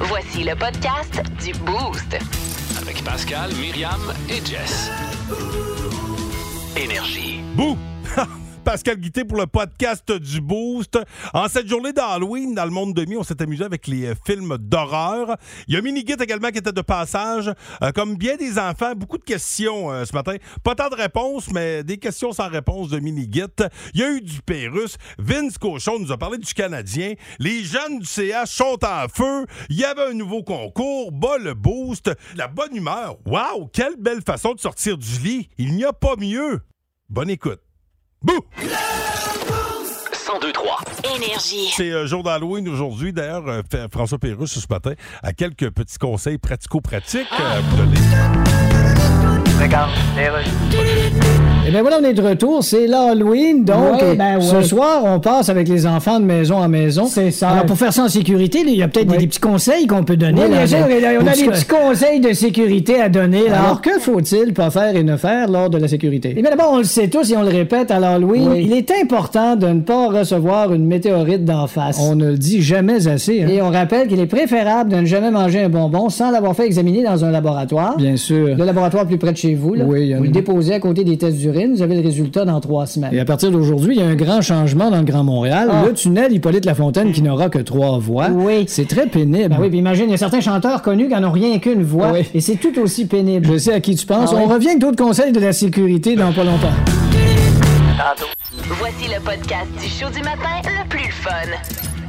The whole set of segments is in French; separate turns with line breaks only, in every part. Voici le podcast du Boost.
Avec Pascal, Myriam et Jess. Énergie.
Bouh! Pascal Guité pour le podcast du Boost. En cette journée d'Halloween, dans le monde de mi, on s'est amusé avec les euh, films d'horreur. Il y a Minigit également qui était de passage. Euh, comme bien des enfants, beaucoup de questions euh, ce matin. Pas tant de réponses, mais des questions sans réponse de Minigit. Il y a eu du Pérus. Vince Cochon nous a parlé du Canadien. Les jeunes du CH sont en feu. Il y avait un nouveau concours. Bas le Boost. La bonne humeur. Waouh! Quelle belle façon de sortir du lit. Il n'y a pas mieux. Bonne écoute. Bouh!
1023.
Énergie.
C'est euh, jour d'Halloween aujourd'hui. D'ailleurs, euh, F- François Pérusse, ce matin, a quelques petits conseils pratico-pratiques euh, à vous donner.
Eh bien voilà, on est de retour. C'est l'Halloween, donc
Ouais,
et
ben ouais.
ce soir, on passe avec les enfants de maison en maison.
C'est ça.
Alors pour faire ça en sécurité, là, il y a peut-être des,
Oui.
des petits conseils qu'on peut donner.
Oui,
là,
bien sûr,
mais-
et là, on a
Parce
des
que-
petits conseils de sécurité à donner. Là.
Alors que faut-il pas faire et ne faire lors de la sécurité?
Eh bien, d'abord, on le sait tous et on le répète à l'Halloween,
Oui.
il est important de ne pas recevoir une météorite d'en face.
On ne le dit jamais assez. hein.
Et on rappelle qu'il est préférable de ne jamais manger un bonbon sans l'avoir fait examiner dans un laboratoire.
Bien sûr.
Le laboratoire plus près de chez vous, là.
Oui, il y en
vous le
a.
déposez à côté des tests d'urine, vous avez le résultat dans trois semaines.
Et à partir d'aujourd'hui, il y a un grand changement dans le Grand Montréal.
Ah.
Le tunnel Hippolyte Lafontaine qui n'aura que trois voies.
Oui.
C'est très pénible.
Ben oui, puis imagine, il y a certains chanteurs connus qui n'en ont rien qu'une voix,
Oui.
et c'est tout aussi pénible.
Je sais à qui tu penses.
Ah oui.
On revient avec d'autres conseils de la sécurité dans pas longtemps.
Voici le podcast du show du matin le plus fun.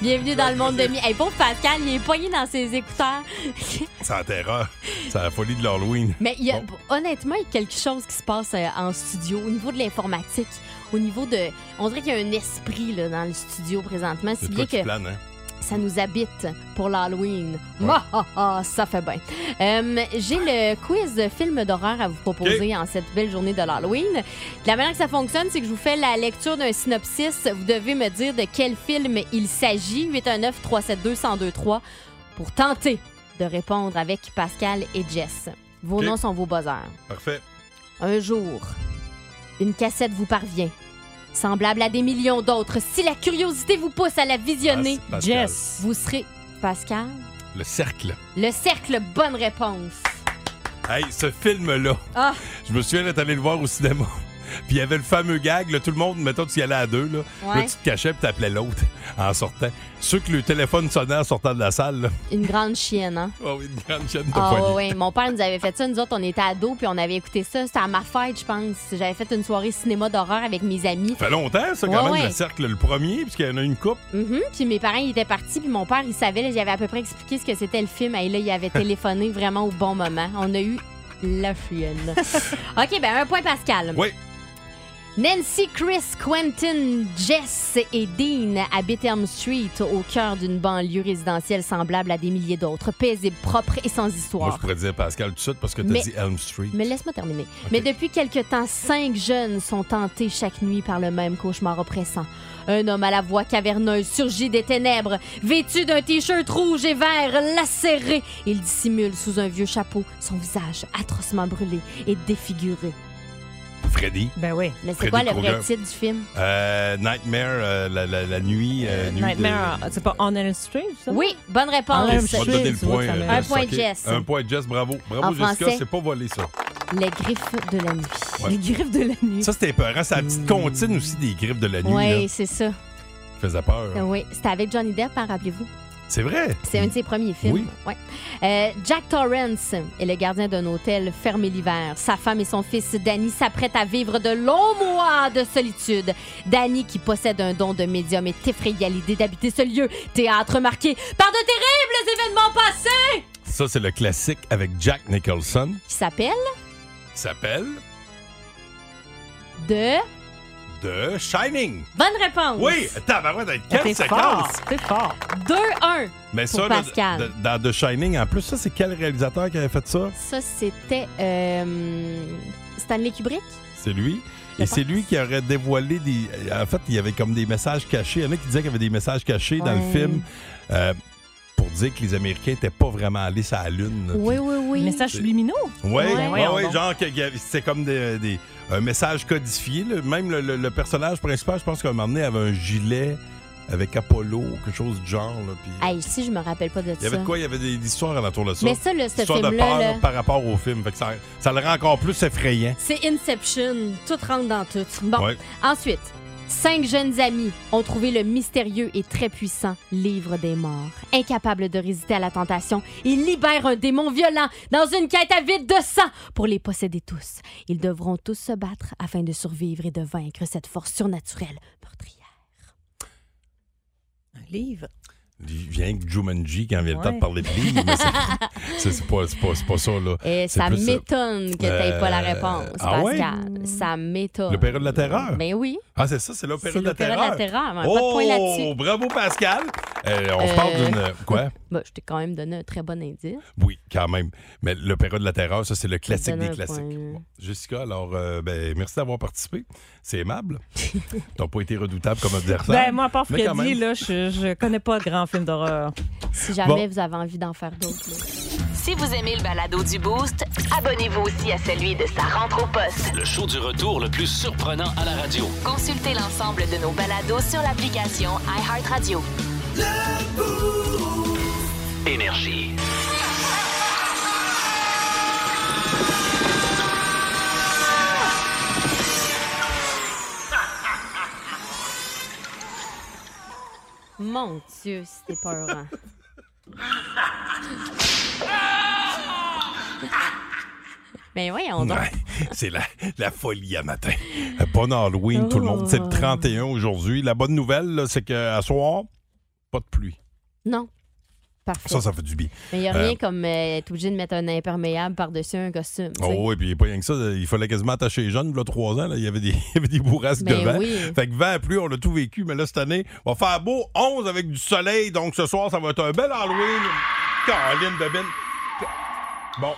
Bienvenue dans le monde de mi. Hey, pauvre Pascal, il est poigné dans ses écouteurs.
C'est la terreur. C'est la folie de l'Halloween.
Mais il y a-
Bon.
honnêtement, il y a quelque chose qui se passe euh, en studio au niveau de l'informatique, au niveau de. On dirait qu'il y a un esprit là, dans le studio présentement, si
C'est
bien
toi qui
que
plane, hein?
ça nous habite pour l'Halloween. Ah, ah, ah, ça fait bien. Euh, J'ai le quiz de films d'horreur à vous proposer en cette belle journée de l'Halloween. La manière que ça fonctionne, c'est que je vous fais la lecture d'un synopsis. Vous devez me dire de quel film il s'agit. 819-372-1023 pour tenter de répondre avec Pascal et Jess. Vos
OK.
noms sont vos buzzers.
Parfait.
Un jour, une cassette vous parvient. Semblable à des millions d'autres, si la curiosité vous pousse à la visionner,
Pas- Pascal.
vous serez Pascal.
Le cercle.
Le cercle, bonne réponse.
Hey, ce film-là.
Ah.
Je me souviens d'être allé le voir au cinéma. Puis il y avait le fameux gag, là, tout le monde, mettons, tu y allais à deux, là. Là,
Ouais.
tu te cachais puis t'appelais l'autre en sortant. Ceux que le téléphone sonnait en sortant de la salle, là.
Une grande chienne, hein?
Oh oui, une grande chaîne de
Ah
folie.
ouais, ouais. mon père nous avait fait ça. Nous autres, on était ados, puis on avait écouté ça. C'était à ma fête, je pense. J'avais fait une soirée cinéma d'horreur avec mes amis.
Ça fait longtemps, ça, quand
Ouais,
même,
ouais.
le cercle, le premier, puisqu'il y en a une coupe.
Mhm. Puis mes parents, ils étaient partis, puis mon père, il savait, là, j'avais à peu près expliqué ce que c'était le film. Et là, il avait téléphoné vraiment au bon moment. On a eu la chienne. OK, ben un point Pascal.
Oui.
Nancy, Chris, Quentin, Jess et Dean habitent Elm Street au cœur d'une banlieue résidentielle semblable à des milliers d'autres, paisible, propre et sans
Moi, je
histoire.
pourrais dire Pascal tout de suite parce que t'as
Mais-
dit Elm Street.
Mais laisse-moi terminer. Mais depuis quelque temps, cinq jeunes sont tentés chaque nuit par le même cauchemar oppressant. Un homme à la voix caverneuse surgit des ténèbres, vêtu d'un t-shirt rouge et vert lacéré. Il dissimule sous un vieux chapeau son visage atrocement brûlé et défiguré.
Freddy,
Ben oui.
Mais c'est
Freddy
quoi le vrai
Krueger.
titre du film?
euh, Nightmare, euh, la, la- la nuit. euh, nuit de-
Nightmare, c'est pas On Elm Street, ça?
Oui, bonne
Ah,
Ok,
Elm
réponse.
je vais te donner le
Street,
point.
tu vois que ça
euh,
m'a-
Un point,
ok.
Jess.
Un point, Jess, bravo. Bravo,
En
Jessica,
français.
c'est pas volé, ça.
Les griffes de la nuit.
Ouais.
Les griffes de la nuit.
Ça, c'était épeurant. C'est la petite
Mm.
comptine aussi des griffes de la nuit, là,
Oui, c'est ça.
qui faisait peur.
Oui, c'était avec Johnny Depp, hein, rappelez-vous.
C'est vrai.
C'est un de ses premiers films.
Oui.
Ouais. Euh, Jack Torrance est le gardien d'un hôtel fermé l'hiver. Sa femme et son fils Danny s'apprêtent à vivre de longs mois de solitude. Danny, qui possède un don de médium, est effrayé à l'idée d'habiter ce lieu, théâtre marqué par de terribles événements passés,
Ça, c'est le classique avec Jack Nicholson.
qui s'appelle
Il s'appelle
de
de Shining.
Bonne réponse.
Oui, tabarouette, avec quelle
C'est fort,
séquence!
c'est fort.
2-1.
Mais
Pour
ça, là,
Pascal.
d- dans The Shining, en plus, ça, c'est quel réalisateur qui avait fait ça?
Ça, c'était euh, Stanley Kubrick.
C'est lui.
Je
Et c'est
pense.
lui qui aurait dévoilé des. euh, En fait, il y avait comme des messages cachés. Il y en a qui disaient qu'il y avait des messages cachés dans le
Ouais.
film euh, pour dire que les Américains n'étaient pas vraiment allés sur la Lune.
Oui, oui, oui.
Message subliminaux.
Oui,
Ouais.
ouais,
Voyons
ouais,
donc.
genre que- que c'est comme des, des- un message codifié. là. Même le, le- le personnage principal, je pense qu'à un moment donné, avait un gilet avec Apollo ou quelque chose du genre. là, puis-
Hey, si je me rappelle pas de
il y
ça.
avait de quoi? Il y avait des, des histoires alentour de ça.
Mais ça, là, ce
Histoire de peur
film-là, là,
par rapport au film. Fait que ça, ça le rend encore plus effrayant.
c'est Inception. Tout rentre dans tout. Bon,
Ouais.
ensuite, cinq jeunes amis ont trouvé le mystérieux et très puissant Livre des Morts. Incapables de résister à la tentation, ils libèrent un démon violent dans une quête avide de sang pour les posséder tous. Ils devront tous se battre afin de survivre et de vaincre cette force surnaturelle meurtrière.
Un livre.
Il vient que Jumanji quand vient le temps de
Ouais.
parler de livre, mais c'est- c'est c'est pas, c'est pas, c'est pas ça, là.
Et
C'est
ça
plus, euh,
m'étonne que t'aies pas la
euh,
réponse,
ah ouais?
Pascal. Ça m'étonne.
L'opéra de la terreur.
Ben oui,
Ah, c'est ça, c'est
c'est
l'opéra de la
l'opéra de
terreur.
la terreur. mais Pas de point là-dessus.
Oh, bravo Pascal. Euh, on se
Euh.
parle d'une. Quoi?
Bah, je t'ai quand même donné un très bon indice.
Oui, quand même. Mais l'opéra de la terreur, ça, c'est le classique
donne
des
un
classiques.
point.
Bon. Jessica, alors, euh, ben, merci d'avoir participé. C'est aimable. T'as pas été redoutable comme adversaire.
Ben, moi, à part
Mais quand
Freddy,
même.
là, je, je connais pas de grands films d'horreur.
Si
Bon.
jamais vous avez envie d'en faire d'autres. là.
Si vous aimez le balado du Boost, abonnez-vous aussi à celui de sa rentre au poste.
Le show du retour le plus surprenant à la radio.
Consultez l'ensemble de nos balados sur l'application iHeartRadio.
Énergie.
Mon Dieu, c'était peurant. Mais Ben voyons donc.
Ouais, c'est la, la folie à matin. Euh, Bon Halloween, tout le monde. C'est
Oh.
le 31 aujourd'hui. La bonne nouvelle, là, c'est qu'à soir, pas de pluie.
Non. Parfait.
Ça, ça fait du bien.
Mais il n'y a
Euh,
rien comme euh, être obligé de mettre un imperméable par-dessus un costume. tu sais.
Oh, et puis pas rien que ça, il fallait quasiment attacher les jeunes. Là, trois ans, là, il y avait des, il y avait des bourrasques
Ben
de vent.
oui.
Fait que vent plus, on l'a tout vécu. Mais là, cette année, on va faire beau 11 avec du soleil. Donc, ce soir, ça va être un bel Halloween. Caroline de Bin. Bon,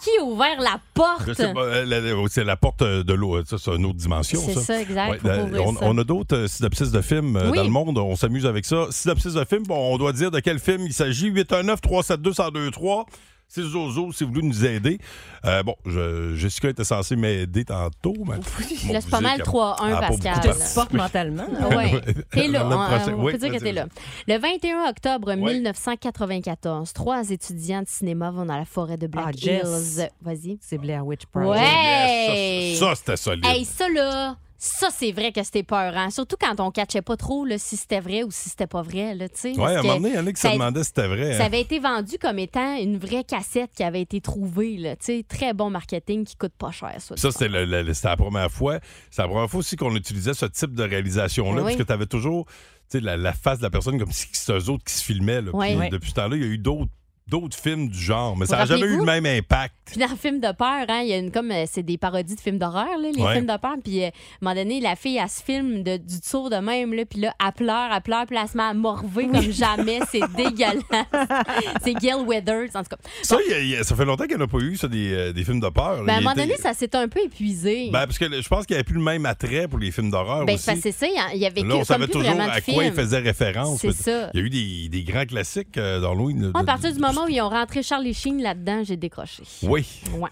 Qui a ouvert la porte?
je sais pas, euh, la- la- c'est la porte euh, de l'eau. Ça, c'est une autre dimension,
C'est ça, exact.
Ouais,
faut
la-
ouvrir
on,
ça.
on a d'autres euh, synopsis de films euh,
Oui.
dans le monde. On s'amuse avec ça. Synopsis de films, bon, on doit dire de quel film il s'agit. 819-372-1023. C'est Zozo, si vous voulez nous aider. Euh, bon, je, Jessica était censée m'aider tantôt, mais. Mon
Là, c'est pas mal
musique,
3-1,
Ah, pas
Pascal.
Je
beaucoup.
te supporte mentalement.
Ah Ouais.
Ouais.
T'es là.
Le
On,
prochain-
on
oui,
peut dire que
vas-y,
t'es là. Le 21 octobre
Oui.
1994, trois étudiants de cinéma vont dans la forêt de Black
Ah, Jess.
Hills. Vas-y.
C'est Blair Witch
Ouais.
Project.
Hey!
Ça, ça, c'était solide.
Hey, ça là, ça c'est vrai que c'était peurant. Surtout quand on catchait pas trop là, si c'était vrai ou si c'était pas vrai. Là, tu sais,
ouais,
parce
à un
que
moment donné, il y en a qui se
ça-
demandaient si c'était vrai.
Ça
hein.
avait été vendu comme étant une vraie cassette qui avait été trouvée. Là, tu sais, très bon marketing qui coûte pas cher. Ça,
Ça, c'était le- le- le- c'était la première fois. C'est la première fois aussi qu'on utilisait ce type de réalisation-là,
Ben oui.
parce que tu avais toujours tu sais, la, la face de la personne comme si c'était eux autres qui se filmaient. là.
Ouais.
Puis,
Ouais.
Depuis ce temps-là, il y a eu d'autres d'autres films du genre, mais ça n'a
Vous
jamais eu le
rappelez-vous?
même impact.
Puis dans le film de peur, hein, il y a une comme euh, c'est des parodies de films d'horreur, là, les
Ouais.
films de peur. Puis euh, à un moment donné, la fille elle se filme de- du tour de même, là, puis là, elle pleure, elle pleure, puis elle se met à morver comme jamais. C'est dégueulasse. c'est Gail Weathers, en tout cas.
Ça, il y a- il y a- ça fait longtemps qu'il n'y en a pas eu, ça, des, euh, des films de peur. là.
Ben, à un
Il
moment
était-
donné, ça s'est un peu épuisé.
Ben, parce que le- je pense qu'il n'y avait plus le même attrait pour les films d'horreur
Ben,
aussi.
parce que c'est ça, il y a- il y avait
Là, on
comme
savait
plus
toujours
vraiment de
à
films.
quoi ils faisaient référence.
C'est ça.
Il y a eu des, des grands classiques euh, d'Halloween. là,
Moi, à
de-
partir du
de-
moment où ils ont rentré Charlie Sheen là-dedans, j'ai décroché.
Oui,
Ouais.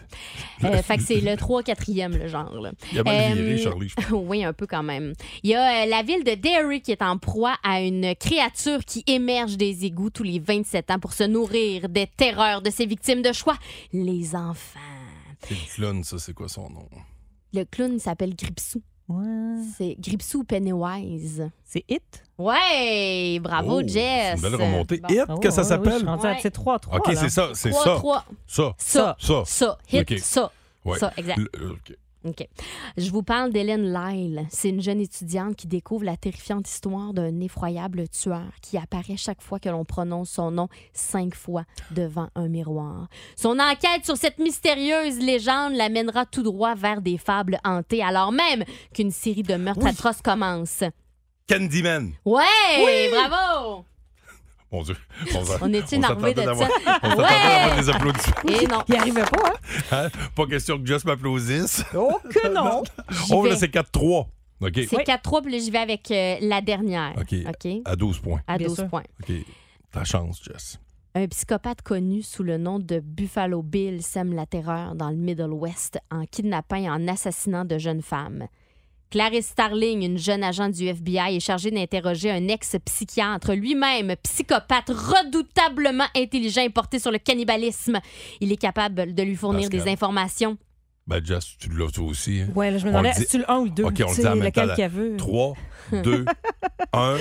Euh, fait que c'est le 3-4e, le genre. Là.
il a mal viré,
Euh,
Charlie, je pense.
Oui, un peu quand même. Il y a euh, la ville de Derry qui est en proie à une créature qui émerge des égouts tous les 27 ans pour se nourrir des terreurs de ses victimes de choix, les enfants.
C'est le clown, ça, c'est quoi son nom?
Le clown il s'appelle Gripsou.
Ouais.
C'est Gripsou Pennywise.
C'est Hit.
Ouais, bravo
Oh,
Jess.
C'est une belle remontée.
Bon. Oh,
Hit, que ça
Oh, oui, oui, je suis
s'appelle?
rendue à-
Ouais.
C'est 3 3
OK, c'est ça, c'est
Trois,
ça.
trois,
Ça,
ça,
ça.
ça, hit,
Ok.
ça,
Ouais.
ça, exact.
Le- euh, ok.
OK. Je vous parle d'Hélène Lyle. C'est une jeune étudiante qui découvre la terrifiante histoire d'un effroyable tueur qui apparaît chaque fois que l'on prononce son nom cinq fois devant un miroir. Son enquête sur cette mystérieuse légende la mènera tout droit vers des fables hantées, alors même qu'une série de meurtres
Oui.
atroces commence.
Candyman.
Ouais! Bravo!
Mon Dieu. On, va-
On est
on
énervé de
s'attendait
ça.
d'avoir- on s'attendait à avoir des applaudissements.
Et non.
Il n'y arrivait pas, hein?
Hein? Pas question que Just m'applaudisse.
Oh que non!
J'y
Oh,
vais.
là, c'est 4-3. OK.
C'est 4-3, puis là, j'y vais avec euh, la dernière.
OK.
OK?
À 12 points.
À
Bien
12
sûr.
points.
OK. Ta chance, Jess.
Un psychopathe connu sous le nom de Buffalo Bill sème la terreur dans le Middle West en kidnappant et en assassinant de jeunes femmes. Clarice Starling, une jeune agent du FBI, est chargée d'interroger un ex-psychiatre, lui-même psychopathe redoutablement intelligent et porté sur le cannibalisme. Il est capable de lui fournir
Pascal.
des informations.
Ben, Jess, tu l'as toi aussi. Hein?
Ouais, là, je me
On le
demandais,
dit-
est-ce le 1 ou le 2?
OK, on le
Tu sais,
dit en même temps,
lequel
là.
qu'il y a vu?
3, 2, 1.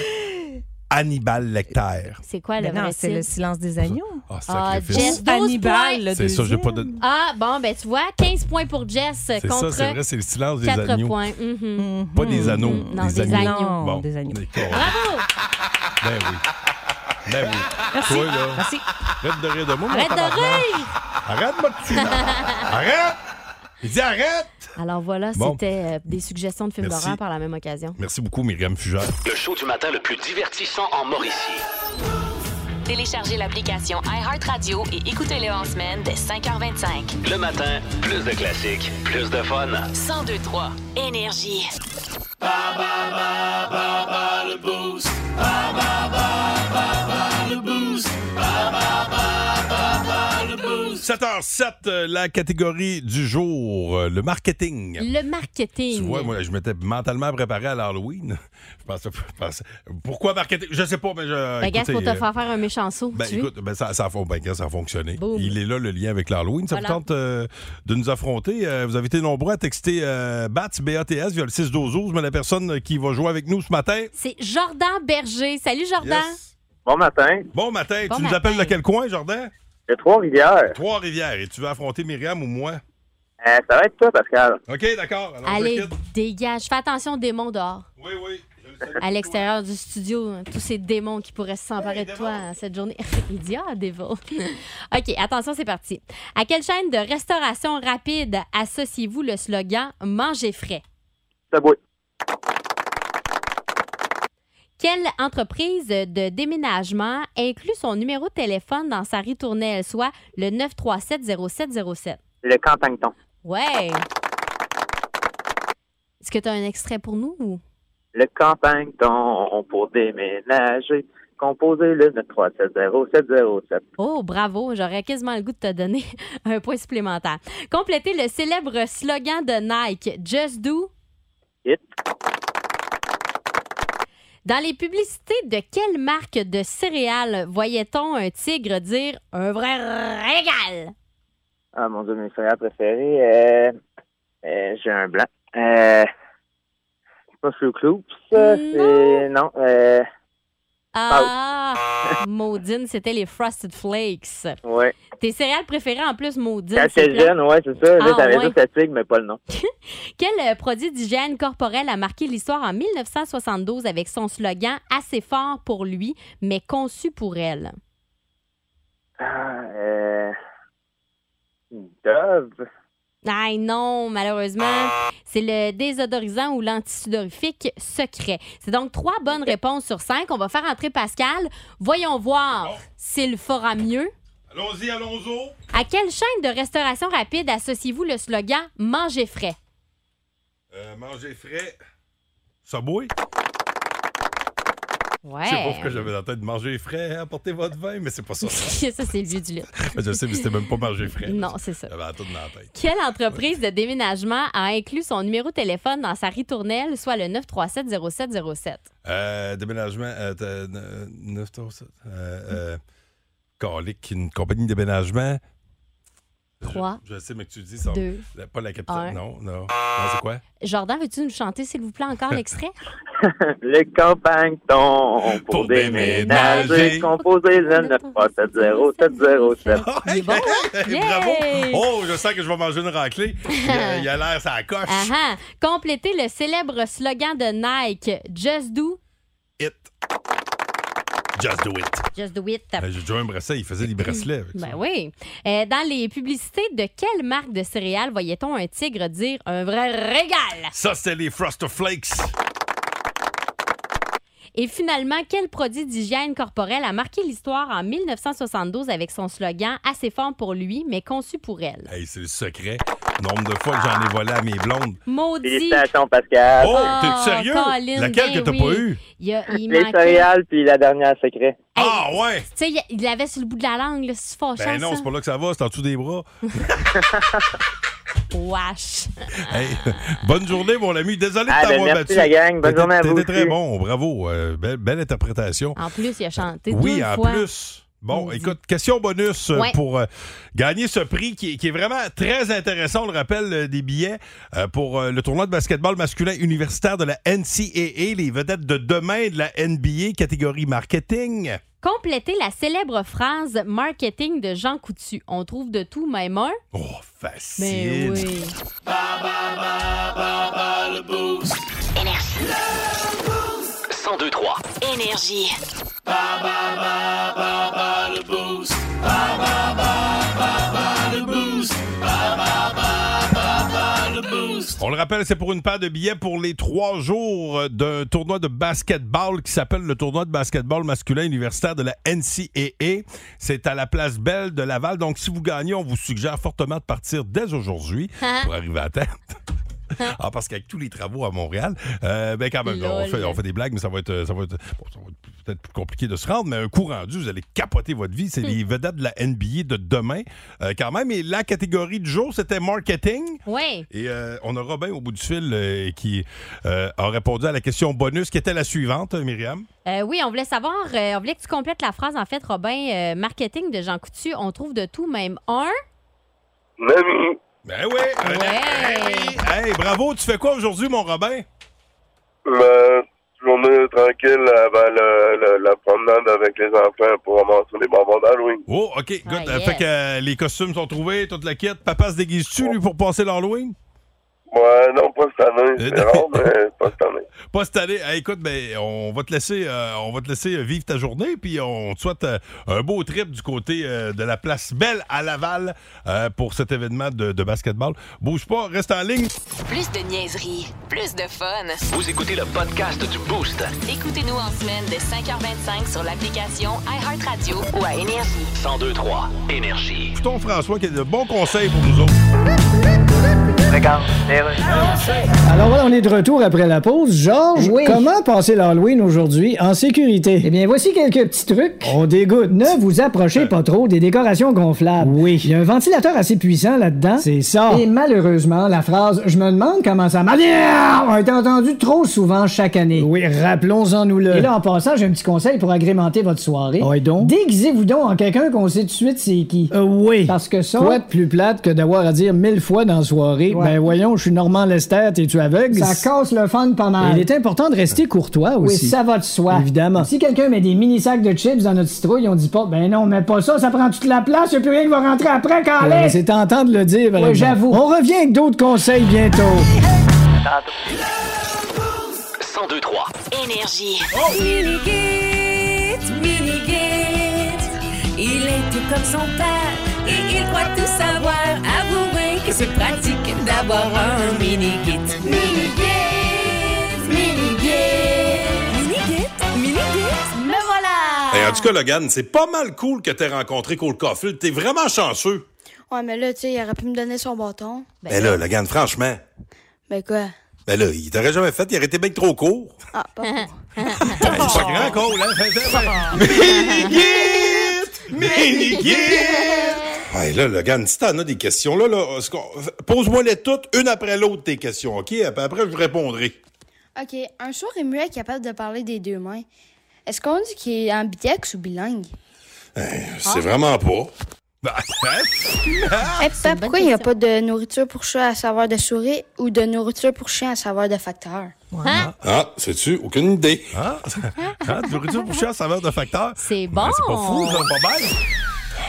Hannibal Lecter.
C'est quoi le
Ben non,
vrai
c'est le
titre?
silence des agneaux.
Ah,
Ah,
sacrifice.
Jess, 12 points.
Hannibal, le
c'est ça, j'ai pas de.
deuxième.
Ah, bon, ben tu vois, 15 points pour Jess
C'est ça,
contre
c'est vrai, c'est le silence des
4
agneaux.
points. Mhm.
Mhm.
Pas des anneaux,
Non,
des,
des
agneaux.
agneaux.
Non, des agneaux.
d'accord.
Bravo!
Ben oui. Ben oui. Toi, là,
Merci.
arrête de rire de moi. mon
Arrête de
tabarnak.
rire!
Arrête, moi, tu. Arrête! Il dit arrête!
Alors voilà,
Bon.
c'était euh, des suggestions de films
Merci.
d'horreur par la même occasion.
Merci beaucoup, Myriam Fugère.
Le show du matin le plus divertissant en Mauricie.
Téléchargez l'application iHeartRadio et écoutez-le en semaine dès 5h25.
Le matin, plus de classiques, plus de fun.
1023 Énergie.
Ouh, 7h07, euh, la catégorie du jour, euh, le marketing.
Le
Tu
marketing.
vois, moi, je m'étais mentalement préparé à l'Halloween. Je pensais, je pensais- Pourquoi marketing? Je sais pas, mais je.
Ben, Gas,
écoutez,
pour te
euh,
faire faire un méchant saut,
ben,
tu veux?
écoute, ben, ça, ça, a fon- ben, Gas, ça a fonctionné.
Boum.
Il est là le lien avec l'Halloween. Ça
Voilà.
vous tente euh, de nous affronter. Euh, vous avez été nombreux à texter euh, BATS, B-A-T-S, via le 6 12 12, mais la personne qui va jouer avec nous ce matin.
C'est Jordan Berger. Salut, Jordan.
Yes. Ah,
Bon matin,
Bon matin.
Bon
tu nous
matin.
appelles de quel coin, Jordan?
j'ai trois rivières.
Trois-Rivières. Et tu veux affronter Myriam ou moi?
Euh, ça va être toi, Pascal.
OK, d'accord. Alors, je
Allez,
quitte.
dégage. Fais attention aux démons dehors.
Oui, oui. je le salue.
À l'extérieur du studio, hein, tous ces démons qui pourraient s'emparer
Hey,
de
démon.
toi hein, cette journée. Il dit Ah, démon. OK, attention, c'est parti. À quelle chaîne de restauration rapide associez-vous le slogan Mangez frais?
Subway.
Quelle entreprise de déménagement inclut son numéro de téléphone dans sa ritournelle, soit le 937-0707?
Le Campagneton.
Ouais! Est-ce que tu as un extrait pour nous? ou-
Le Campagneton pour déménager. Composez le 9370707.
Oh, bravo! J'aurais quasiment le goût de te donner un point supplémentaire. Complétez le célèbre slogan de Nike, Just Do.
It.
Dans les publicités de quelle marque de céréales voyait-on un tigre dire un vrai régal?
Ah mon dieu, mes frères préférés. Euh, euh, j'ai un blanc. Euh, c'est pas Fruit Loops. ça,
Non.
C'est non. Euh,
Ah! Maudine, c'était les Frosted Flakes.
ouais.
Tes céréales préférées en plus, Maudine.
Quand
c'est
j'étais
plein.
jeune, ouais, c'est ça. Là,
Ah,
j'avais
ouais.
juste la tigre, mais pas le nom.
Quel euh, produit d'hygiène corporelle a marqué l'histoire en 1972 avec son slogan assez fort pour lui, mais conçu pour elle?
Ah, euh, Dove.
Ah non, malheureusement, c'est le désodorisant ou l'antisudorifique secret. C'est donc trois bonnes réponses sur cinq. On va faire entrer Pascal. Voyons voir s'il fera mieux.
Allons-y, allons-y.
À quelle chaîne de restauration rapide associez-vous le slogan Mangez frais?
Euh, manger frais. Subway.
Ouais.
Je sais pas pourquoi j'avais dans la tête de manger frais, apportez votre vin, mais c'est pas ça.
ça, c'est le vieux du lit.
je sais, mais c'était même pas manger frais.
Non, c'est ça.
J'avais la tête dans la tête.
Quelle entreprise de déménagement a inclus son numéro de téléphone dans sa ritournelle, soit le 937-0707?
Euh, déménagement. Euh, t'as, euh, 9 tours, ça. Euh, euh, Calique, une compagnie de déménagement.
Trois,
Je, je sais, mais que tu dis ça.
deux.
La- Pas la capitale.
un.
Non, non. Non, c'est quoi?
Jordan, veux-tu nous chanter, s'il vous plaît, encore l'extrait?
Les campagnes tombent pour déménager.
déménager.
Composé le 9370707.
Ah,
Il est bon, hein?
hey, bravo!
Yay!
Oh, je sens que je vais manger une raclée. Il a- il a l'air, ça coche.
Ah ah. Complétez le célèbre slogan de Nike, Just Do,
It. Just do it.
Just Do It.
Ben, J'ai déjà un bracelet, il faisait des bracelets avec ça.
Ben oui. Euh, dans les publicités de quelle marque de céréales voyait-on un tigre dire un vrai régal?
Ça, c'était les Froster Flakes.
Et finalement, quel produit d'hygiène corporelle a marqué l'histoire en 1972 avec son slogan assez fort pour lui, mais conçu pour elle?
Hey, c'est le secret. Nombre de fois que j'en ai volé à mes blondes.
Maudit!
Félicitations, Pascal.
Oh,
Ah,
t'es sérieux?
Colin,
Laquelle que
ben
t'as
oui.
pas eu?
Il, y a, il
Les
manquait-
céréales, puis la dernière secret.
Ah, ouais!
Tu sais, il- il l'avait sur le bout de la langue, là, c'est fâchant,
Ben non,
ça.
c'est pas là que ça va, c'est en dessous des bras.
Wesh.
Hey, bonne journée, mon ami. Désolé
Ah,
de
ben,
t'avoir battu.
merci, la gang. Bonne
T'étais-
journée à vous
T'étais très
aussi.
bon, bravo. Euh, belle, belle interprétation.
En plus, il a chanté
Oui,
deux
en
fois.
plus. Bon,
Maudit.
écoute, question bonus euh,
Ouais.
pour euh, gagner ce prix qui, est- qui est vraiment très intéressant. On le rappelle, euh, des billets euh, pour euh, le tournoi de basketball masculin universitaire de la NCAA, les vedettes de demain de la NBA, catégorie marketing.
Complétez la célèbre phrase marketing de Jean Coutu. On trouve de tout, même un.
Oh, facile.
Ben oui.
Énergie.
1023.
Énergie.
On le rappelle, c'est pour une paire de billets pour les trois jours euh, d'un tournoi de basketball qui s'appelle le tournoi de basketball masculin universitaire de la NCAA. C'est à la place Belle de Laval. Donc, si vous gagnez, on vous suggère fortement de partir dès aujourd'hui pour arriver à tête. Ah, parce qu'avec tous les travaux à Montréal, euh, ben quand même, on
Lol.
fait, on fait des blagues, mais ça va être, euh, ça va être, bon, ça va être peut-être plus compliqué de se rendre, mais un coup rendu, vous allez capoter votre vie. C'est les vedettes de la NBA de demain, euh, quand même. Et la catégorie du jour, c'était marketing.
Oui.
Et euh, on a Robin au bout du fil euh, qui euh, a répondu à la question bonus qui était la suivante, euh, Myriam.
Euh, oui, on voulait savoir, euh, on voulait que tu complètes la phrase, en fait, Robin, euh, marketing de Jean Coutu. On trouve de tout, même un.
Mamie.
Ben oui! René-
Ouais.
Eh oui. Hey, bravo! Tu fais quoi aujourd'hui, mon Robin?
Ma euh, journée tranquille avant la promenade avec les enfants pour ramasser les bonbons d'Halloween.
Oh, OK. Good.
Ah,
Euh,
yes.
Fait que euh, les costumes sont trouvés, toute la quête. Papa se déguise-tu, lui, pour passer l'Halloween?
Ouais, non, pas cette
Euh,
année.
c'est rare,
mais pas cette année.
Pas cette année. Hey, écoute, ben, on va te laisser euh, on va te laisser vivre ta journée, puis on te souhaite euh, un beau trip du côté euh, de la place Belle à Laval euh, pour cet événement de, de basketball. Bouge pas, reste en ligne.
Plus de niaiserie. Plus de fun.
Vous écoutez le podcast du Boost.
Écoutez-nous en semaine de 5h25 sur l'application iHeartRadio ou à Énergie.
1023. Énergie.
Ton François qui a de bons conseils pour nous autres.
Regarde,
Alors voilà, on est de retour après la pause. Georges,
Oui.
comment passer l'Halloween aujourd'hui en
Eh
sécurité?
bien, voici quelques petits trucs.
On dégoûte. Euh.
Ne vous approchez pas trop des décorations gonflables.
Oui.
Il y a un ventilateur assez puissant là-dedans.
C'est ça.
Et malheureusement, la phrase « Je me demande comment ça marche » a été entendue trop souvent chaque année.
Oui, rappelons-en-nous-le.
Et là, en passant, j'ai un petit conseil pour agrémenter votre soirée.
Ouais, donc?
Déguisez-vous donc en quelqu'un qu'on sait tout de suite c'est qui.
Euh, oui.
Parce que ça,
Quoi de plus plate que d'avoir à dire mille fois dans la soirée,
Ouais.
ben voyons, je suis Normand Lester, t'es-tu aveugle?
ça casse le fun pas
Et
mal.
Il est important de rester courtois
oui,
aussi.
ça va de soi.
Évidemment.
Si quelqu'un met des mini-sacs de chips dans notre citrouille, on dit pas « Ben non, mets pas ça, ça prend toute la place, y'a plus rien qui va rentrer après, quand
Euh, C'est tentant de le dire, vraiment.
j'avoue.
On revient avec d'autres conseils bientôt.
1023.
Énergie.
Oh! Minigit, Minigit, il est tout comme son père et il croit tout savoir. Avouez que c'est pratique d'avoir un Minigit. Minigit, Minigit, Minigit, Minigit, me voilà!
Hey, en tout cas, Logan, c'est pas mal cool que t'aies rencontré Cole Caulfield. T'es vraiment chanceux.
Ouais, mais là, tu sais, il aurait pu me donner son bâton.
Ben, là, Logan, franchement.
Mais quoi?
Ben là, il t'aurait jamais fait, il aurait été bien trop court.
Ah, pas faux.
Ben, c'est pas grand, Cole, hein? Minigit! Minigit! Hey, là, Logan, si t'en as des questions, là, là, est-ce qu'on- pose-moi-les toutes, une après l'autre, tes questions, OK? Après, après, je vous répondrai.
OK, un sourd et muet capable de parler des deux mains. Est-ce qu'on dit qu'il est ambidex ou bilingue?
C'est Ben, vraiment pas. hein?
Hey, Pap, pourquoi il n'y a pas de nourriture pour chat à saveur de souris ou de nourriture pour chien à saveur de facteur?
Ah, sais-tu? Aucune idée.
Ah, ah, du nourriture pour chien à saveur de facteur.
C'est
Ben,
bon.
c'est pas fou, ça, pas mal.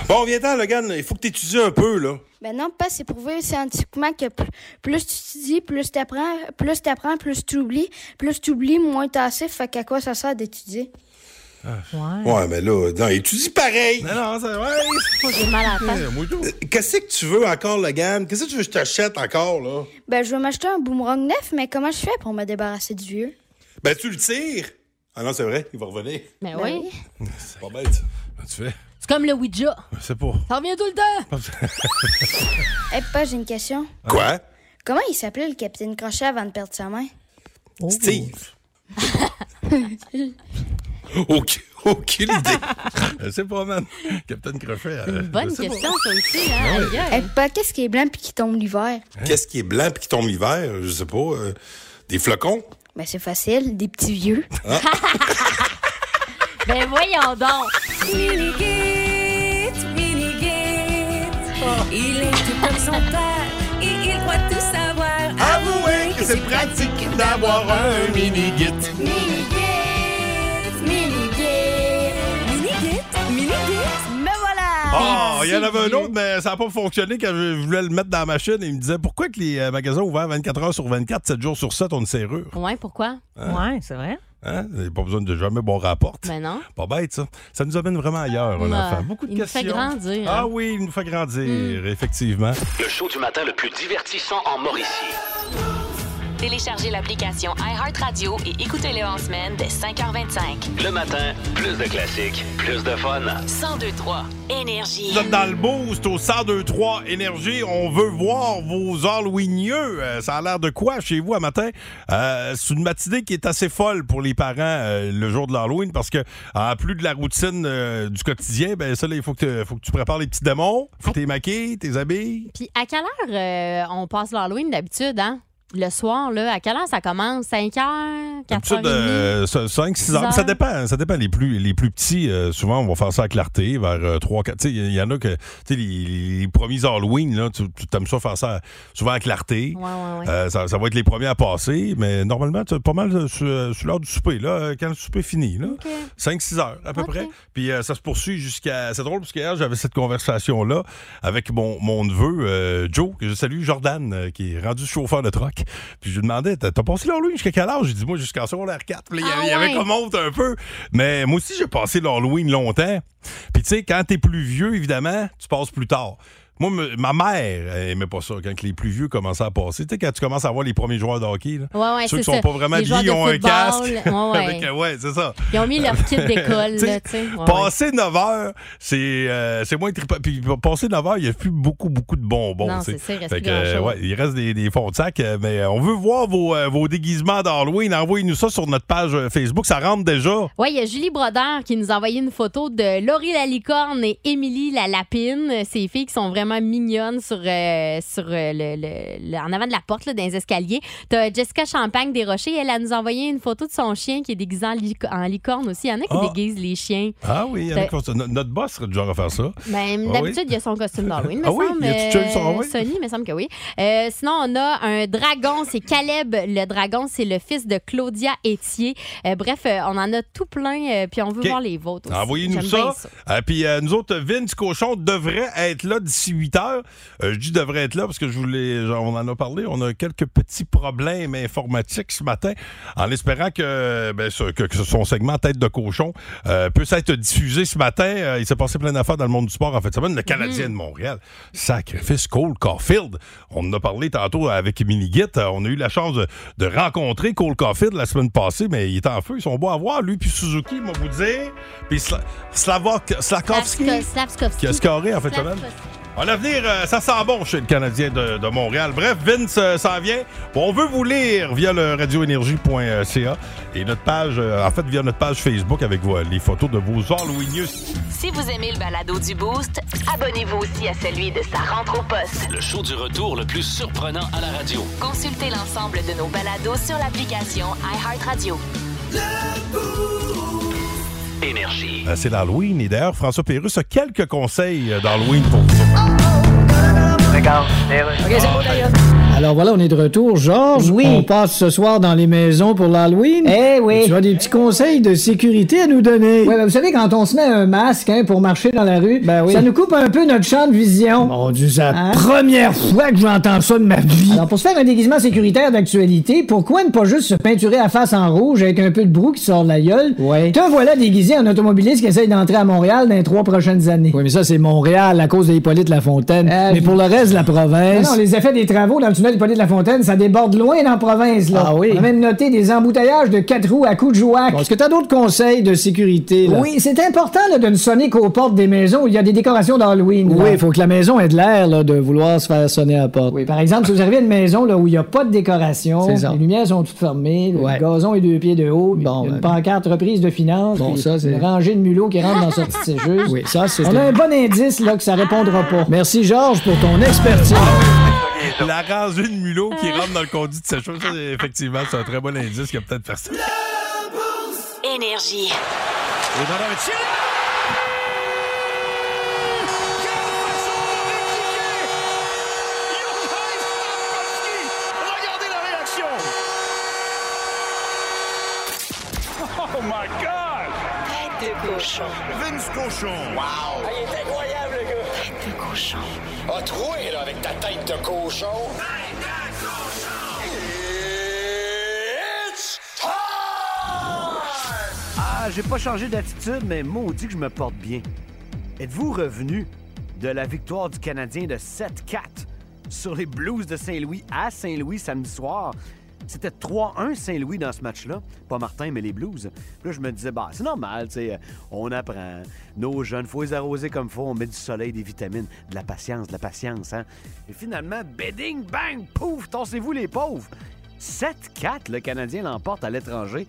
Bon, viens-t'en, Logan. Il faut que tu étudies un peu, là.
Ben non, pas c'est prouvé scientifiquement que pl- plus tu étudies, plus tu apprends, plus tu apprends, plus tu oublies, plus tu oublies, moins tu assez, fait qu'à quoi ça sert d'étudier?
Ah. Ouais, mais là, non, étudie pareil.
Non, non, c'est vrai.
J'ai mal à la tête.
Qu'est-ce que tu veux encore, Logan? Qu'est-ce que tu veux que je t'achète encore, là?
Ben, je veux m'acheter un boomerang neuf, mais comment je fais pour me débarrasser du vieux?
Ben, tu le tires. Ah non, c'est vrai, il va revenir.
Mais
Ben
oui.
C'est pas bête.
Ben, Tu fais? ben,
C'est comme le Ouija.
Je sais pas.
Ça revient tout le temps.
Hey, Eh, pas j'ai une question.
Quoi?
Comment il s'appelait le capitaine Crochet avant de perdre sa main?
Oh.
Steve. ok, ok, l'idée.
Je sais pas, man. Captain Crochet. euh,
Une bonne
je sais pas.
question, ça aussi. Hein? Aïe,
Hey,
aïe.
pas qu'est-ce qui est blanc puis qui tombe l'hiver?
Hein?
Qu'est-ce qui est blanc puis qui tombe l'hiver? Je sais pas. euh, des flocons?
Ben, c'est facile, des petits vieux.
Ben voyons donc.
Minigit, Minigit, il est tout comme son père et il croit tout savoir.
Avouez que c'est pratique d'avoir un mini-git.
Minigit, Minigit, Minigit, Minigit, me voilà.
Ah, il y en avait un autre, mais ça n'a pas fonctionné quand je voulais le mettre dans la machine. Il me disait pourquoi que les euh, magasins ouverts 24 heures sur 24, 7 jours sur 7 ont une serrure.
Ouais, pourquoi?
Ouais, c'est vrai.
Hein? Il n'y a Pas besoin de jamais bon rapport.
Ben non.
Pas bête, ça. Ça nous amène vraiment ailleurs, un
Ah,
enfant. Beaucoup de
il nous
questions.
fait grandir. hein. Mm.
Ah oui, il nous fait grandir, effectivement.
Le show du matin le plus divertissant en Mauricie.
Téléchargez l'application iHeartRadio et écoutez-le en semaine dès 5h25.
Le matin, plus de classiques, plus de fun.
1023 Énergie.
Vous êtes dans le boost au 1023 Énergie. On veut voir vos Halloweenieux. Euh, ça a l'air de quoi chez vous à matin? Euh, c'est une matinée qui est assez folle pour les parents euh, le jour de l'Halloween parce que, en plus de la routine euh, du quotidien, ben ça, là, il faut que, faut que tu prépares les petits démons. Faut que t'es maquillé, tes habillé.
Puis à quelle heure euh, on passe l'Halloween d'habitude, hein? Le soir, là, à quelle heure ça commence? 5 h 4
D'habitude,
h
euh, 5, 6 heures.
Six
Ça
heures.
dépend. hein, Ça dépend. Les plus, les plus petits, euh, souvent, on va faire ça à clarté, vers 3, 4. Tu sais, il y en a que, tu sais, les, les premiers Halloween, là, tu, tu aimes ça faire ça souvent à clarté.
Ouais, ouais, ouais.
Euh, ça, ça va être les premiers à passer, mais normalement, tu as pas mal euh, sur, euh, sur l'heure du souper, là, euh, quand le souper finit. Là. 5-6 heures, à peu
Ok.
près. Puis euh, ça se poursuit jusqu'à. C'est drôle, parce qu'hier, j'avais cette conversation-là avec mon, mon neveu, euh, Joe, que je salue, Jordan, euh, qui est rendu chauffeur de troc. Puis je lui demandais, t'as t'as passé l'Halloween jusqu'à quel âge? J'ai dit, moi, jusqu'en secondaire 4. Puis là, il y
Ah
avait- il y avait
ouais.
comme honte un peu. Mais moi aussi, j'ai passé l'Halloween longtemps. Puis tu sais, quand t'es plus vieux, évidemment, tu passes plus tard. Moi, me- ma mère elle aimait pas ça quand les plus vieux commençaient à passer. Tu sais, quand tu commences à voir les premiers joueurs de hockey, là,
Ouais,
ceux
ouais, c'est
qui sont
ça.
pas vraiment
Les
habillés,
joueurs
ils
de
ont un
football,
casque.
ouais, ouais.
Avec- euh, ouais, c'est ça.
Ils ont mis leur kit d'école,
T'sais,
là, tu sais. Ouais, Ah ouais.
Passer 9 heures, c'est euh, c'est moins trippant. Puis passer 9 heures, il n'y a plus beaucoup, beaucoup de bonbons.
Non,
tu sais.
c'est ça, il reste
Fait que,
plus
euh,
grand-chose.
ouais, il reste des, des fonds de sac, euh, mais euh, on veut voir vos, euh, vos déguisements d'Halloween. Envoyez-nous ça sur notre page euh, Facebook. Ça rentre déjà.
Oui, il y a Julie Brodeur qui nous a envoyé une photo de Laurie la licorne et Émilie la lapine. Ces filles qui sont vraiment mignonnes sur, euh, sur euh, le, le- le- en avant de la porte, là, dans les escaliers. T'as Jessica Champagne des Rochers. Elle, elle nous a envoyé une photo de son chien qui est déguisé en, lico- en licorne aussi. Il y en a qui
Ah.
déguisent les chiens.
Ah oui, il y en a
T'as-
qui font ça. No- notre boss serait du genre à faire ça.
Ben,
Ah
d'habitude, il y a son costume d'Halloween, me
Ah oui?
semble.
Y a-tu déjà eu son-
euh,
ah oui?
Sony, me semble que oui. Euh, sinon, on a un dragon, c'est Caleb. Le dragon, c'est le fils de Claudia Étier. Euh, bref, euh, on en a tout plein, euh, puis on veut
OK.
voir les vôtres aussi.
Envoyez-nous
J'aime
ça.
bien
Euh, puis euh, nous autres, Vince Cochon devrait être là d'ici 8 heures. Euh, je dis devrait être là parce que je voulais, genre, on en a parlé. On a quelques petits problèmes informatiques ce matin, en espérant que, ben, ce- que- que son segment Tête de Cochon euh, puisse être diffusé ce matin. Euh, il s'est passé plein d'affaires dans le monde du sport en fait. Ça semaine. Le Canadien de Montréal, sacrifice Cole Caulfield. On en a parlé tantôt avec Emily Guitt. Euh, On a eu la chance de, de rencontrer Cole Caulfield la semaine passée, mais il est en feu. Ils sont beaux à voir, lui puis Suzuki, moi vous dire. Puis Sla- Slavok- Slakowski,
Slavsko- Slavskovski.
qui a scoré en fait.
Slavskovski.
semaine. À l'avenir, euh, ça sent bon chez le Canadien de, de Montréal. Bref, Vince euh, s'en vient. On veut vous lire via le radioénergie.ca et notre page, euh, en fait, via notre page Facebook avec euh, les photos de vos Halloween
Si vous aimez le balado du Boost, abonnez-vous aussi à celui de sa rentre au poste.
Le show du retour le plus surprenant à la radio.
Consultez l'ensemble de nos balados sur l'application iHeartRadio.
Énergie.
Euh, C'est l'Halloween. Et d'ailleurs, François Pérus a quelques conseils euh, d'Halloween pour vous.
D'accord.
Alors voilà, on est de retour. Georges, oui. on passe ce soir dans les maisons pour l'Halloween. Eh oui. Tu as des petits conseils de sécurité à nous donner. Oui, ben vous savez, quand on se met un masque hein, pour marcher dans la rue, ça nous coupe un peu notre champ de vision. Mon Dieu, c'est la première fois que j'entends ça de ma vie. Alors pour se faire un déguisement sécuritaire d'actualité, pourquoi ne pas juste se peinturer à face en rouge avec un peu de brou qui sort de la gueule? Ouais. Te voilà déguisé en automobiliste qui essaye d'entrer à Montréal dans les trois prochaines années. Oui, mais ça, c'est Montréal à cause de Hippolyte Lafontaine. mais pour le reste de la province... Non, les effets des travaux dans le tunnel Hippolyte Lafontaine, ça déborde loin dans la province, là. Ah oui? On a même noté des embouteillages de quatre roues à coups de jouac. Est-ce que t'as d'autres conseils de sécurité,
là?
Oui, c'est important, là, de ne sonner qu'aux portes des maisons où il y a des décorations d'Halloween.
Oui,
faut que la maison ait de l'air, là, de vouloir se faire sonner à la porte. Oui, par exemple, si vous arrivez à une maison, là, où il n'y a pas de décoration,
C'est ça.
les lumières sont toutes fermées, le gazon est deux pieds de haut, puis il y a une pancarte reprise de finances,
Bon,
puis
ça, c'est-
une rangée de mulots qui rentre dans sa petite sécheuse.
Oui, ça, c'est-
On a un bon indice, là, que ça répondra pas. Merci, Georges, pour ton expertise.
La rangée de mulot qui rentre dans le conduit de sécheuse, ça, effectivement, c'est un très bon indice qu'il y a peut-être personne.
Énergie.
Regardez la réaction! Oh my God! Tête de cochon. Vince cochon. Wow! il est incroyable, le gars! Tête de cochon. A troué, là, avec ta tête de cochon. Tête de cochon! It's
Ah, j'ai pas changé d'attitude, mais maudit que je me porte bien. Êtes-vous revenu de la victoire du Canadien de 7-4 sur les Blues de Saint-Louis à Saint-Louis samedi soir? C'était 3-1 Saint-Louis dans ce match-là. Pas Martin, mais les Blues. Puis là, je me disais, bah, c'est normal, tu sais, euh, on apprend. Nos jeunes, faut les arroser comme faut. On met du soleil, des vitamines, de la patience, de la patience, hein. Et finalement, bedding, bang, pouf, torsez-vous les pauvres. 7-4, le Canadien l'emporte à l'étranger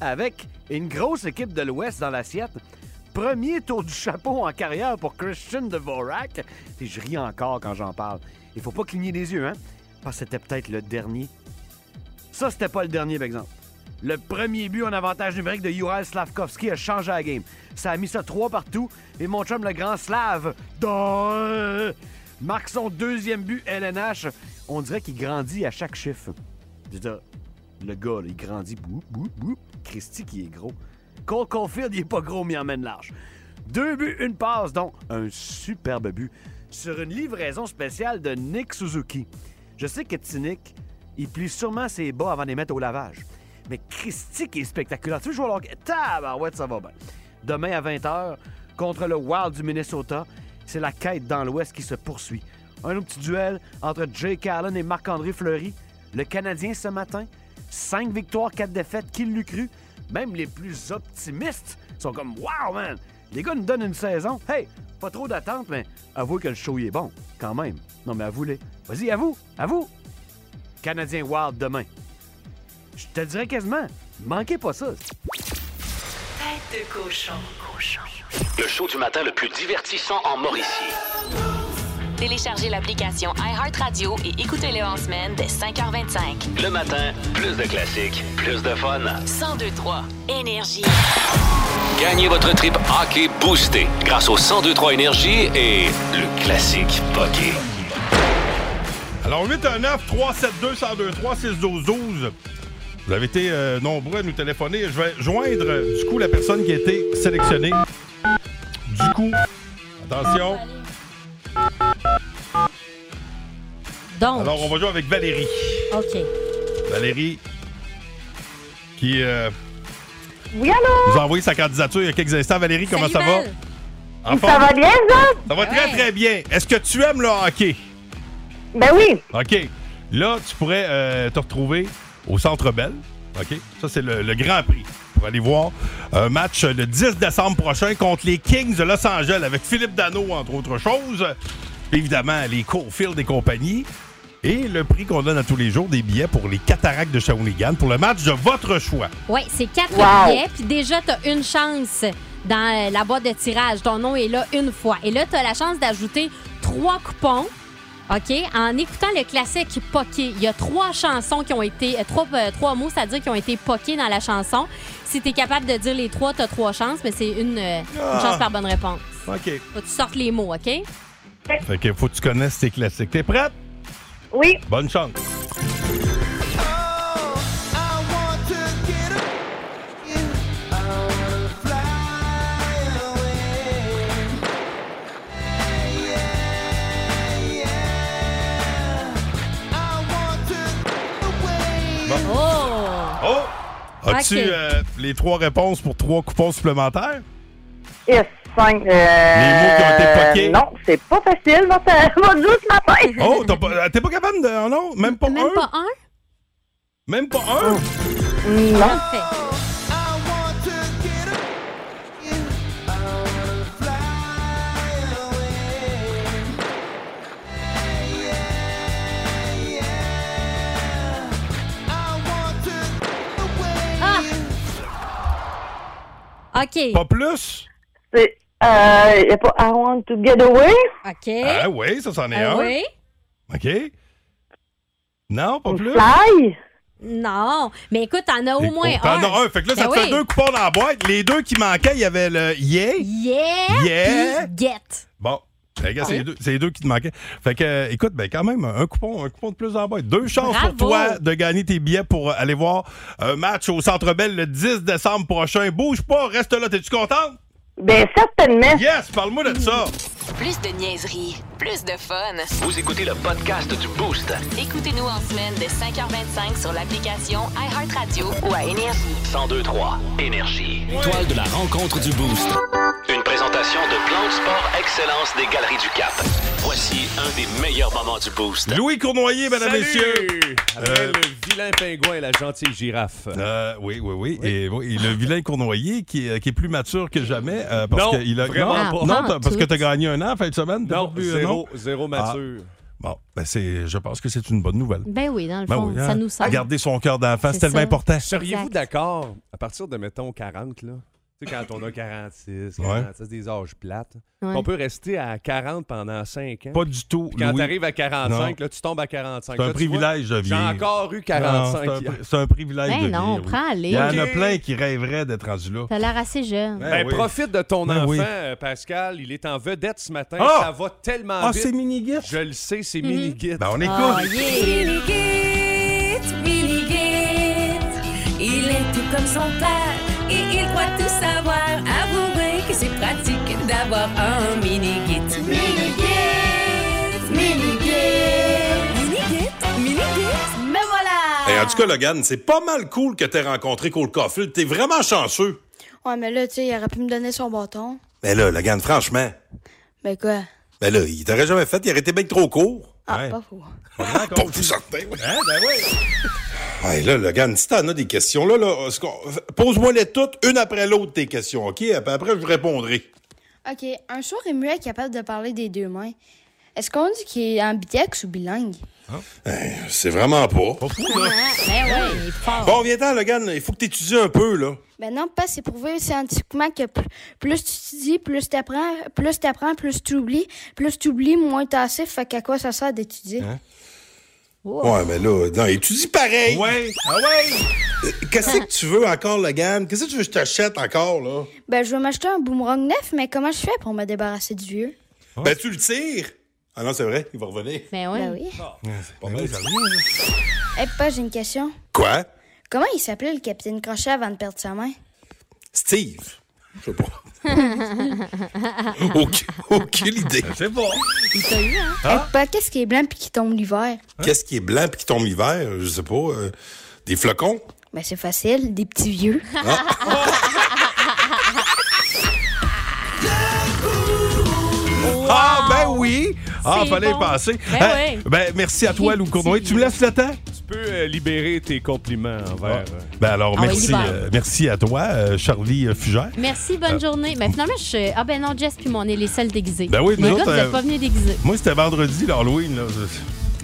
avec une grosse équipe de l'Ouest dans l'assiette. Premier tour du chapeau en carrière pour Christian Dvorak. Et je ris encore quand j'en parle. Il faut pas cligner des yeux, hein? Parce que c'était peut-être le dernier. Ça, c'était pas le dernier, par exemple. Le premier but en avantage numérique de Ural Slavkovski a changé la game. Ça a mis ça trois partout et mon chum, le grand Slav, dans- marque son deuxième but LNH. On dirait qu'il grandit à chaque chiffre. Je veux dire, le gars, là, il grandit. Bou, bou, bou. Christy qui est gros. Cole Caulfield, il est pas gros, mais il emmène large. Deux buts, une passe, donc un superbe but sur une livraison spéciale de Nick Suzuki. Je sais que petit Nick, il plie sûrement ses bas avant de les mettre au lavage. Mais Christy qui est spectaculaire. Tu veux jouer au hockey? Tabarouette, ça va bien. Demain à 20h, contre le Wild du Minnesota, c'est la quête dans l'Ouest qui se poursuit. Un autre petit duel entre Jake Allen et Marc-André Fleury. Le Canadien ce matin, 5 victoires, 4 défaites, qui l'eût cru? Même les plus optimistes sont comme Wow, man! Les gars nous donnent une saison. Hey, pas trop d'attente, mais avouez que le show il est bon, quand même. Non, mais avouez-les. Vas-y, avoue, avoue! Canadien Wild demain. Je te dirais quasiment, manquez pas ça.
Tête de cochon.
Le show du matin le plus divertissant en Mauricie.
Téléchargez l'application iHeartRadio et écoutez-le en semaine dès 5h25.
Le matin, plus de classiques, plus de fun.
1023 Énergie.
Gagnez votre trip hockey boosté grâce au 1023 Énergie et le classique hockey.
Alors, 819 372 1023 612 12 Vous avez été euh, nombreux à nous téléphoner. Je vais joindre, euh, du coup, la personne qui a été sélectionnée. Du coup, attention.
Donc.
Alors, on va jouer avec Valérie.
OK.
Valérie, qui euh,
Oui, allô?
nous a envoyé sa candidature il y a quelques instants. Valérie, comment ça va?
Ça
En forme?
va bien, ça?
Ça va très, très bien. Est-ce que tu aimes le hockey?
Ben oui.
OK. Là, tu pourrais euh, te retrouver au Centre Bell. OK? Ça, c'est le, le Grand Prix. Pour aller voir un match le 10 décembre prochain contre les Kings de Los Angeles avec Philippe Dano, entre autres choses. Évidemment, les Cofield et compagnie. Et le prix qu'on donne à tous les jours, des billets pour les cataractes de Shawinigan pour le match de votre choix.
Oui, c'est quatre
Wow.
billets, puis déjà, tu as une chance dans euh, la boîte de tirage. Ton nom est là une fois. Et là, tu as la chance d'ajouter trois coupons OK? En écoutant le classique Poké, il y a trois chansons qui ont été, euh, trois, euh, trois mots, c'est-à-dire qui ont été poqués dans la chanson. Si tu es capable de dire les trois, tu as trois chances, mais c'est une, euh, une
Ah.
chance par bonne réponse.
OK.
Faut que tu sortes les mots, OK?
Fait que faut que tu connaisses tes classiques. T'es prête?
Oui.
Bonne chance. Bon. Oh! As-tu
Ok.
euh, les trois réponses pour trois coupons supplémentaires?
Yes, 5. Euh,
Les mots qui ont été poqués.
Non, c'est pas facile, mon va juste ma tête.
Oh, t'as pas- t'es pas, capable de. oh non, même pas un?
Pas Oh. un?
Même pas un?
Non.
Parfait. Ah! OK.
Pas plus?
C'est. Euh, y a pas I want to get away?
OK.
Ah oui, ça, c'en est un.
Eh? oui?
OK. Non, pas plus?
Fly?
Non. Mais écoute, t'en as au
Et-
moins
oh, T'en
un.
as un. Fait que là, ça
Ben
te fait
oui.
deux coupons dans la boîte. Les deux qui manquaient, il y avait le yeah.
Yeah!
Yeah.
puis Get.
Bon. Ben, regarde, c'est
Ouais.
les, deux- c'est les deux qui te manquaient. Fait que, euh, écoute, ben, quand même, un coupon, un coupon de plus dans la boîte. Deux chances
Bravo.
pour toi de gagner tes billets pour euh, aller voir un match au Centre Bell le 10 décembre prochain. Bouge pas, reste là. T'es-tu contente?
Ben, certainement.
Yes, parle-moi de ça.
Plus de niaiserie, plus de fun.
Vous écoutez le podcast du Boost.
Écoutez-nous en semaine de 5h25 sur l'application iHeartRadio ou à Énergie.
1023 Énergie. Étoile de la rencontre du Boost. Une présentation de Plan de Sport Excellence des Galeries du Cap. Voici un des meilleurs moments du Boost.
Louis Cournoyer, mesdames et
Salut!
messieurs.
Après
Euh,
le vilain pingouin et la gentille girafe.
Euh, oui, oui, oui. Et, oui, et le vilain Cournoyer qui, est- qui est plus mature que jamais. euh, parce
Non,
que il a,
vraiment
non,
pas.
non,
Ah,
t'as- parce que
tout.
tu as gagné un an en fin de semaine. t'as
Non,
pas pu, euh,
zéro,
non?
zéro mature.
Bon, ben c'est, je pense que c'est une bonne nouvelle.
Ben oui, dans le
Ben
fond,
oui,
ça
hein.
nous sert.
Garder son cœur d'enfant, c'est
C'est
tellement
ça.
important.
Seriez-vous
Exact.
d'accord, à partir de, mettons, 40, là, tu sais, quand on a 46,
Ouais.
46, des âges plates,
Ouais.
on peut rester à 40 pendant 5 ans.
Pas du tout,
Puis quand
Louis.
tu arrives à 45,
Non.
là, tu tombes à 45.
C'est un
Là, tu
privilège
vois,
de vieillir.
J'ai encore eu
Non,
45
c'est, un,
hier.
pri- c'est un privilège
Ben
de
non,
vieillir, oui.
prends-les.
Il y en a
Ok.
plein qui rêveraient d'être rendus là.
T'as l'air assez jeune.
Ben
Ben,
oui.
profite de ton
Ben
enfant,
oui.
euh, Pascal. Il est en vedette ce matin.
Ah!
Ça va tellement
Ah,
vite.
c'est
mini Je le sais, c'est
Mhm.
mini-git.
Ben, on écoute.
Ah,
Oh, Minigit, Minigit, il est tout comme son père et il croit tout savoir. Avouez que c'est pratique d'avoir un Minigit. Minigit, Minigit, Minigit, Minigit, me voilà!
Hey, en tout cas, Logan, c'est pas mal cool que t'aies rencontré Cole Caulfield. T'es vraiment chanceux.
Ouais, mais là, tu sais, il aurait pu me donner son bâton.
Mais là, Logan, franchement,
Ben quoi?
mais là, il t'aurait jamais fait. Il aurait été bien trop court.
Ah, pas fou.
Bon, vous sortez, Hein, ben oui. Hey, là, Logan, si t'en as des questions, là, là, est-ce qu'on- pose-moi-les toutes, une après l'autre, tes questions, OK? Après, après, je vous répondrai.
OK, un sourd et muet capable de parler des deux mains. Est-ce qu'on dit qu'il est ambidex ou bilingue?
Hey, c'est vraiment pas.
Ben oui, il est fort.
Bon, viens-t'en, Logan, il faut que t'étudies un peu, là.
Ben non, pas c'est prouvé scientifiquement que pl- plus tu étudies, plus t'apprends, plus t'apprends, plus tu oublies, plus tu oublies, moins t'assif, fait qu'à quoi ça sert d'étudier?
Ouais, mais là, non, étudie pareil. Ouais, ah ouais. Qu'est-ce que tu veux encore, Logan? Qu'est-ce que tu veux que je t'achète encore, là?
Ben je veux m'acheter un boomerang neuf, mais comment je fais pour me débarrasser du vieux?
Ben, tu le tires. Ah non, c'est vrai, il va revenir.
Ben
Ben oui.
C'est pas mal, ça
Eh, pas j'ai une question.
Quoi?
Comment il s'appelait le capitaine Crochet avant de perdre sa main?
Steve. Je sais pas.
Eh,
Aucune, aucune idée. Je sais pas.
pas Bah, qu'est-ce qui est blanc puis qui tombe l'hiver?
Qu'est-ce qui est blanc puis qui tombe l'hiver? Je sais pas. euh, des flocons?
Ben c'est facile, des petits vieux.
Ah, ben oui! Ah,
C'est
fallait
bon.
y penser.
Ben
Eh,
oui.
ben, merci à toi, Lou Cournoyer. Tu me laisses le temps?
Tu peux euh, libérer tes compliments envers. euh,
Ben alors,
Ah oui,
merci,
libère.
euh, merci à toi, euh, Charlie euh, Fugère.
Merci, bonne
Euh,
journée. Mais finalement, je suis. Ah, ben non, Jess puis moi, on est les seuls déguisés.
Ben oui, nous
Les gars,
autres,
vous
euh,
n'êtes pas venus déguisés.
Moi, c'était vendredi, l'Halloween. Là.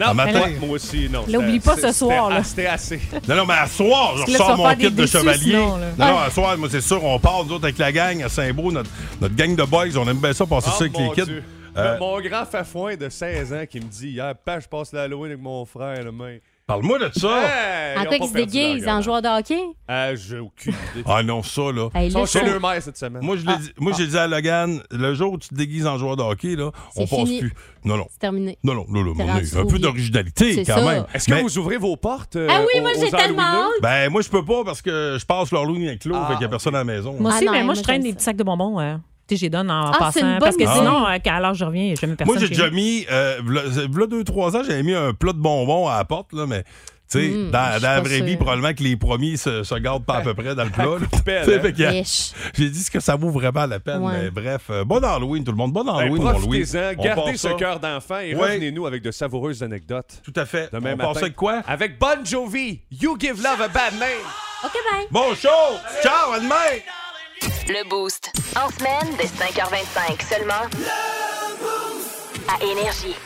Non,
En matin.
moi, moi aussi, non.
Là, oublie
c'était-
pas ce
c'était-
soir, là.
ah, C'était assez.
Non, non, mais à soir,
Parce
je
que là,
ressors
tu vas
mon
faire des
kit de
déçus,
chevalier.
sinon, là.
non, non,
Ah.
à soir, moi, c'est sûr, on part, nous autres, avec la gang à Saint-Beau, notre, notre gang de boys. On aime bien ça, passer
Oh,
ça avec les
mon
kids.
Dieu. Ben,
Euh,
Mon grand fafouin de 16 ans qui me dit hier, papa, je passe l'Halloween avec mon frère le main.
Parle-moi de ça!
Hey, ils
en
ont pas
quoi qu'ils se
perdu leur
déguisent? En joueur de hockey?
Euh, j'ai aucune idée.
Ah non, ça, là.
Hey,
Ils sont
là,
chez Ah.
ça-
leur mère cette semaine.
Moi, je l'ai dit- moi, j'ai dit à Logan, le jour où tu te déguises en joueur de hockey, là, on
C'est
passe
fini.
plus. Non, non.
C'est terminé.
Non, non, là, là,
T'es
on a
rendu
un peu
souillé.
d'originalité
C'est
quand
ça.
même.
Est-ce que
Mais-
vous ouvrez vos portes? euh,
Ah oui,
aux-
moi,
aux
j'ai tellement
Halloweeners?
hâte.
Ben, moi, je peux pas parce que je passe l'Halloween avec l'eau,
Ah,
fait qu'il y a personne à la maison.
Moi aussi, mais
Ah, non,
moi,
moi,
je traîne des petits sacs de bonbons. euh, Tu sais, j'y donne en
Ah, c'est
passant.
une bonne
Parce que
idée.
sinon, euh, quand- à l'heure je reviens, je mets personne.
Moi, j'ai
chez
déjà
nous.
mis, euh, v'là- v'là deux, trois ans, j'avais mis un plat de bonbons à la porte, là, mais. Tu sais,
Mm, je
dans, dans
suis
la
pas
vraie vie,
sûre.
probablement que les premiers se, se gardent pas à peu près dans le plat. là.
pelle,
Tu sais,
hein?
fait qu'il y a-
Ish.
J'ai dit ce que ça vaut vraiment la peine.
Ouais.
Mais bref, euh, bon Halloween, tout le monde. Bon
Ben,
Halloween, mon Ah Louis.
Profitez-en,
On
gardez
part
ce
ça.
cœur d'enfant et
Ouais.
revenez-nous avec de savoureuses anecdotes.
Tout à fait.
Demain
On part
matin.
ça avec quoi?
Avec Bon Jovi, You Give Love a Bad Name.
OK, bye.
Bon show! Ciao, à demain!
Le Boost. En semaine, dès 5h25 seulement. À Énergie.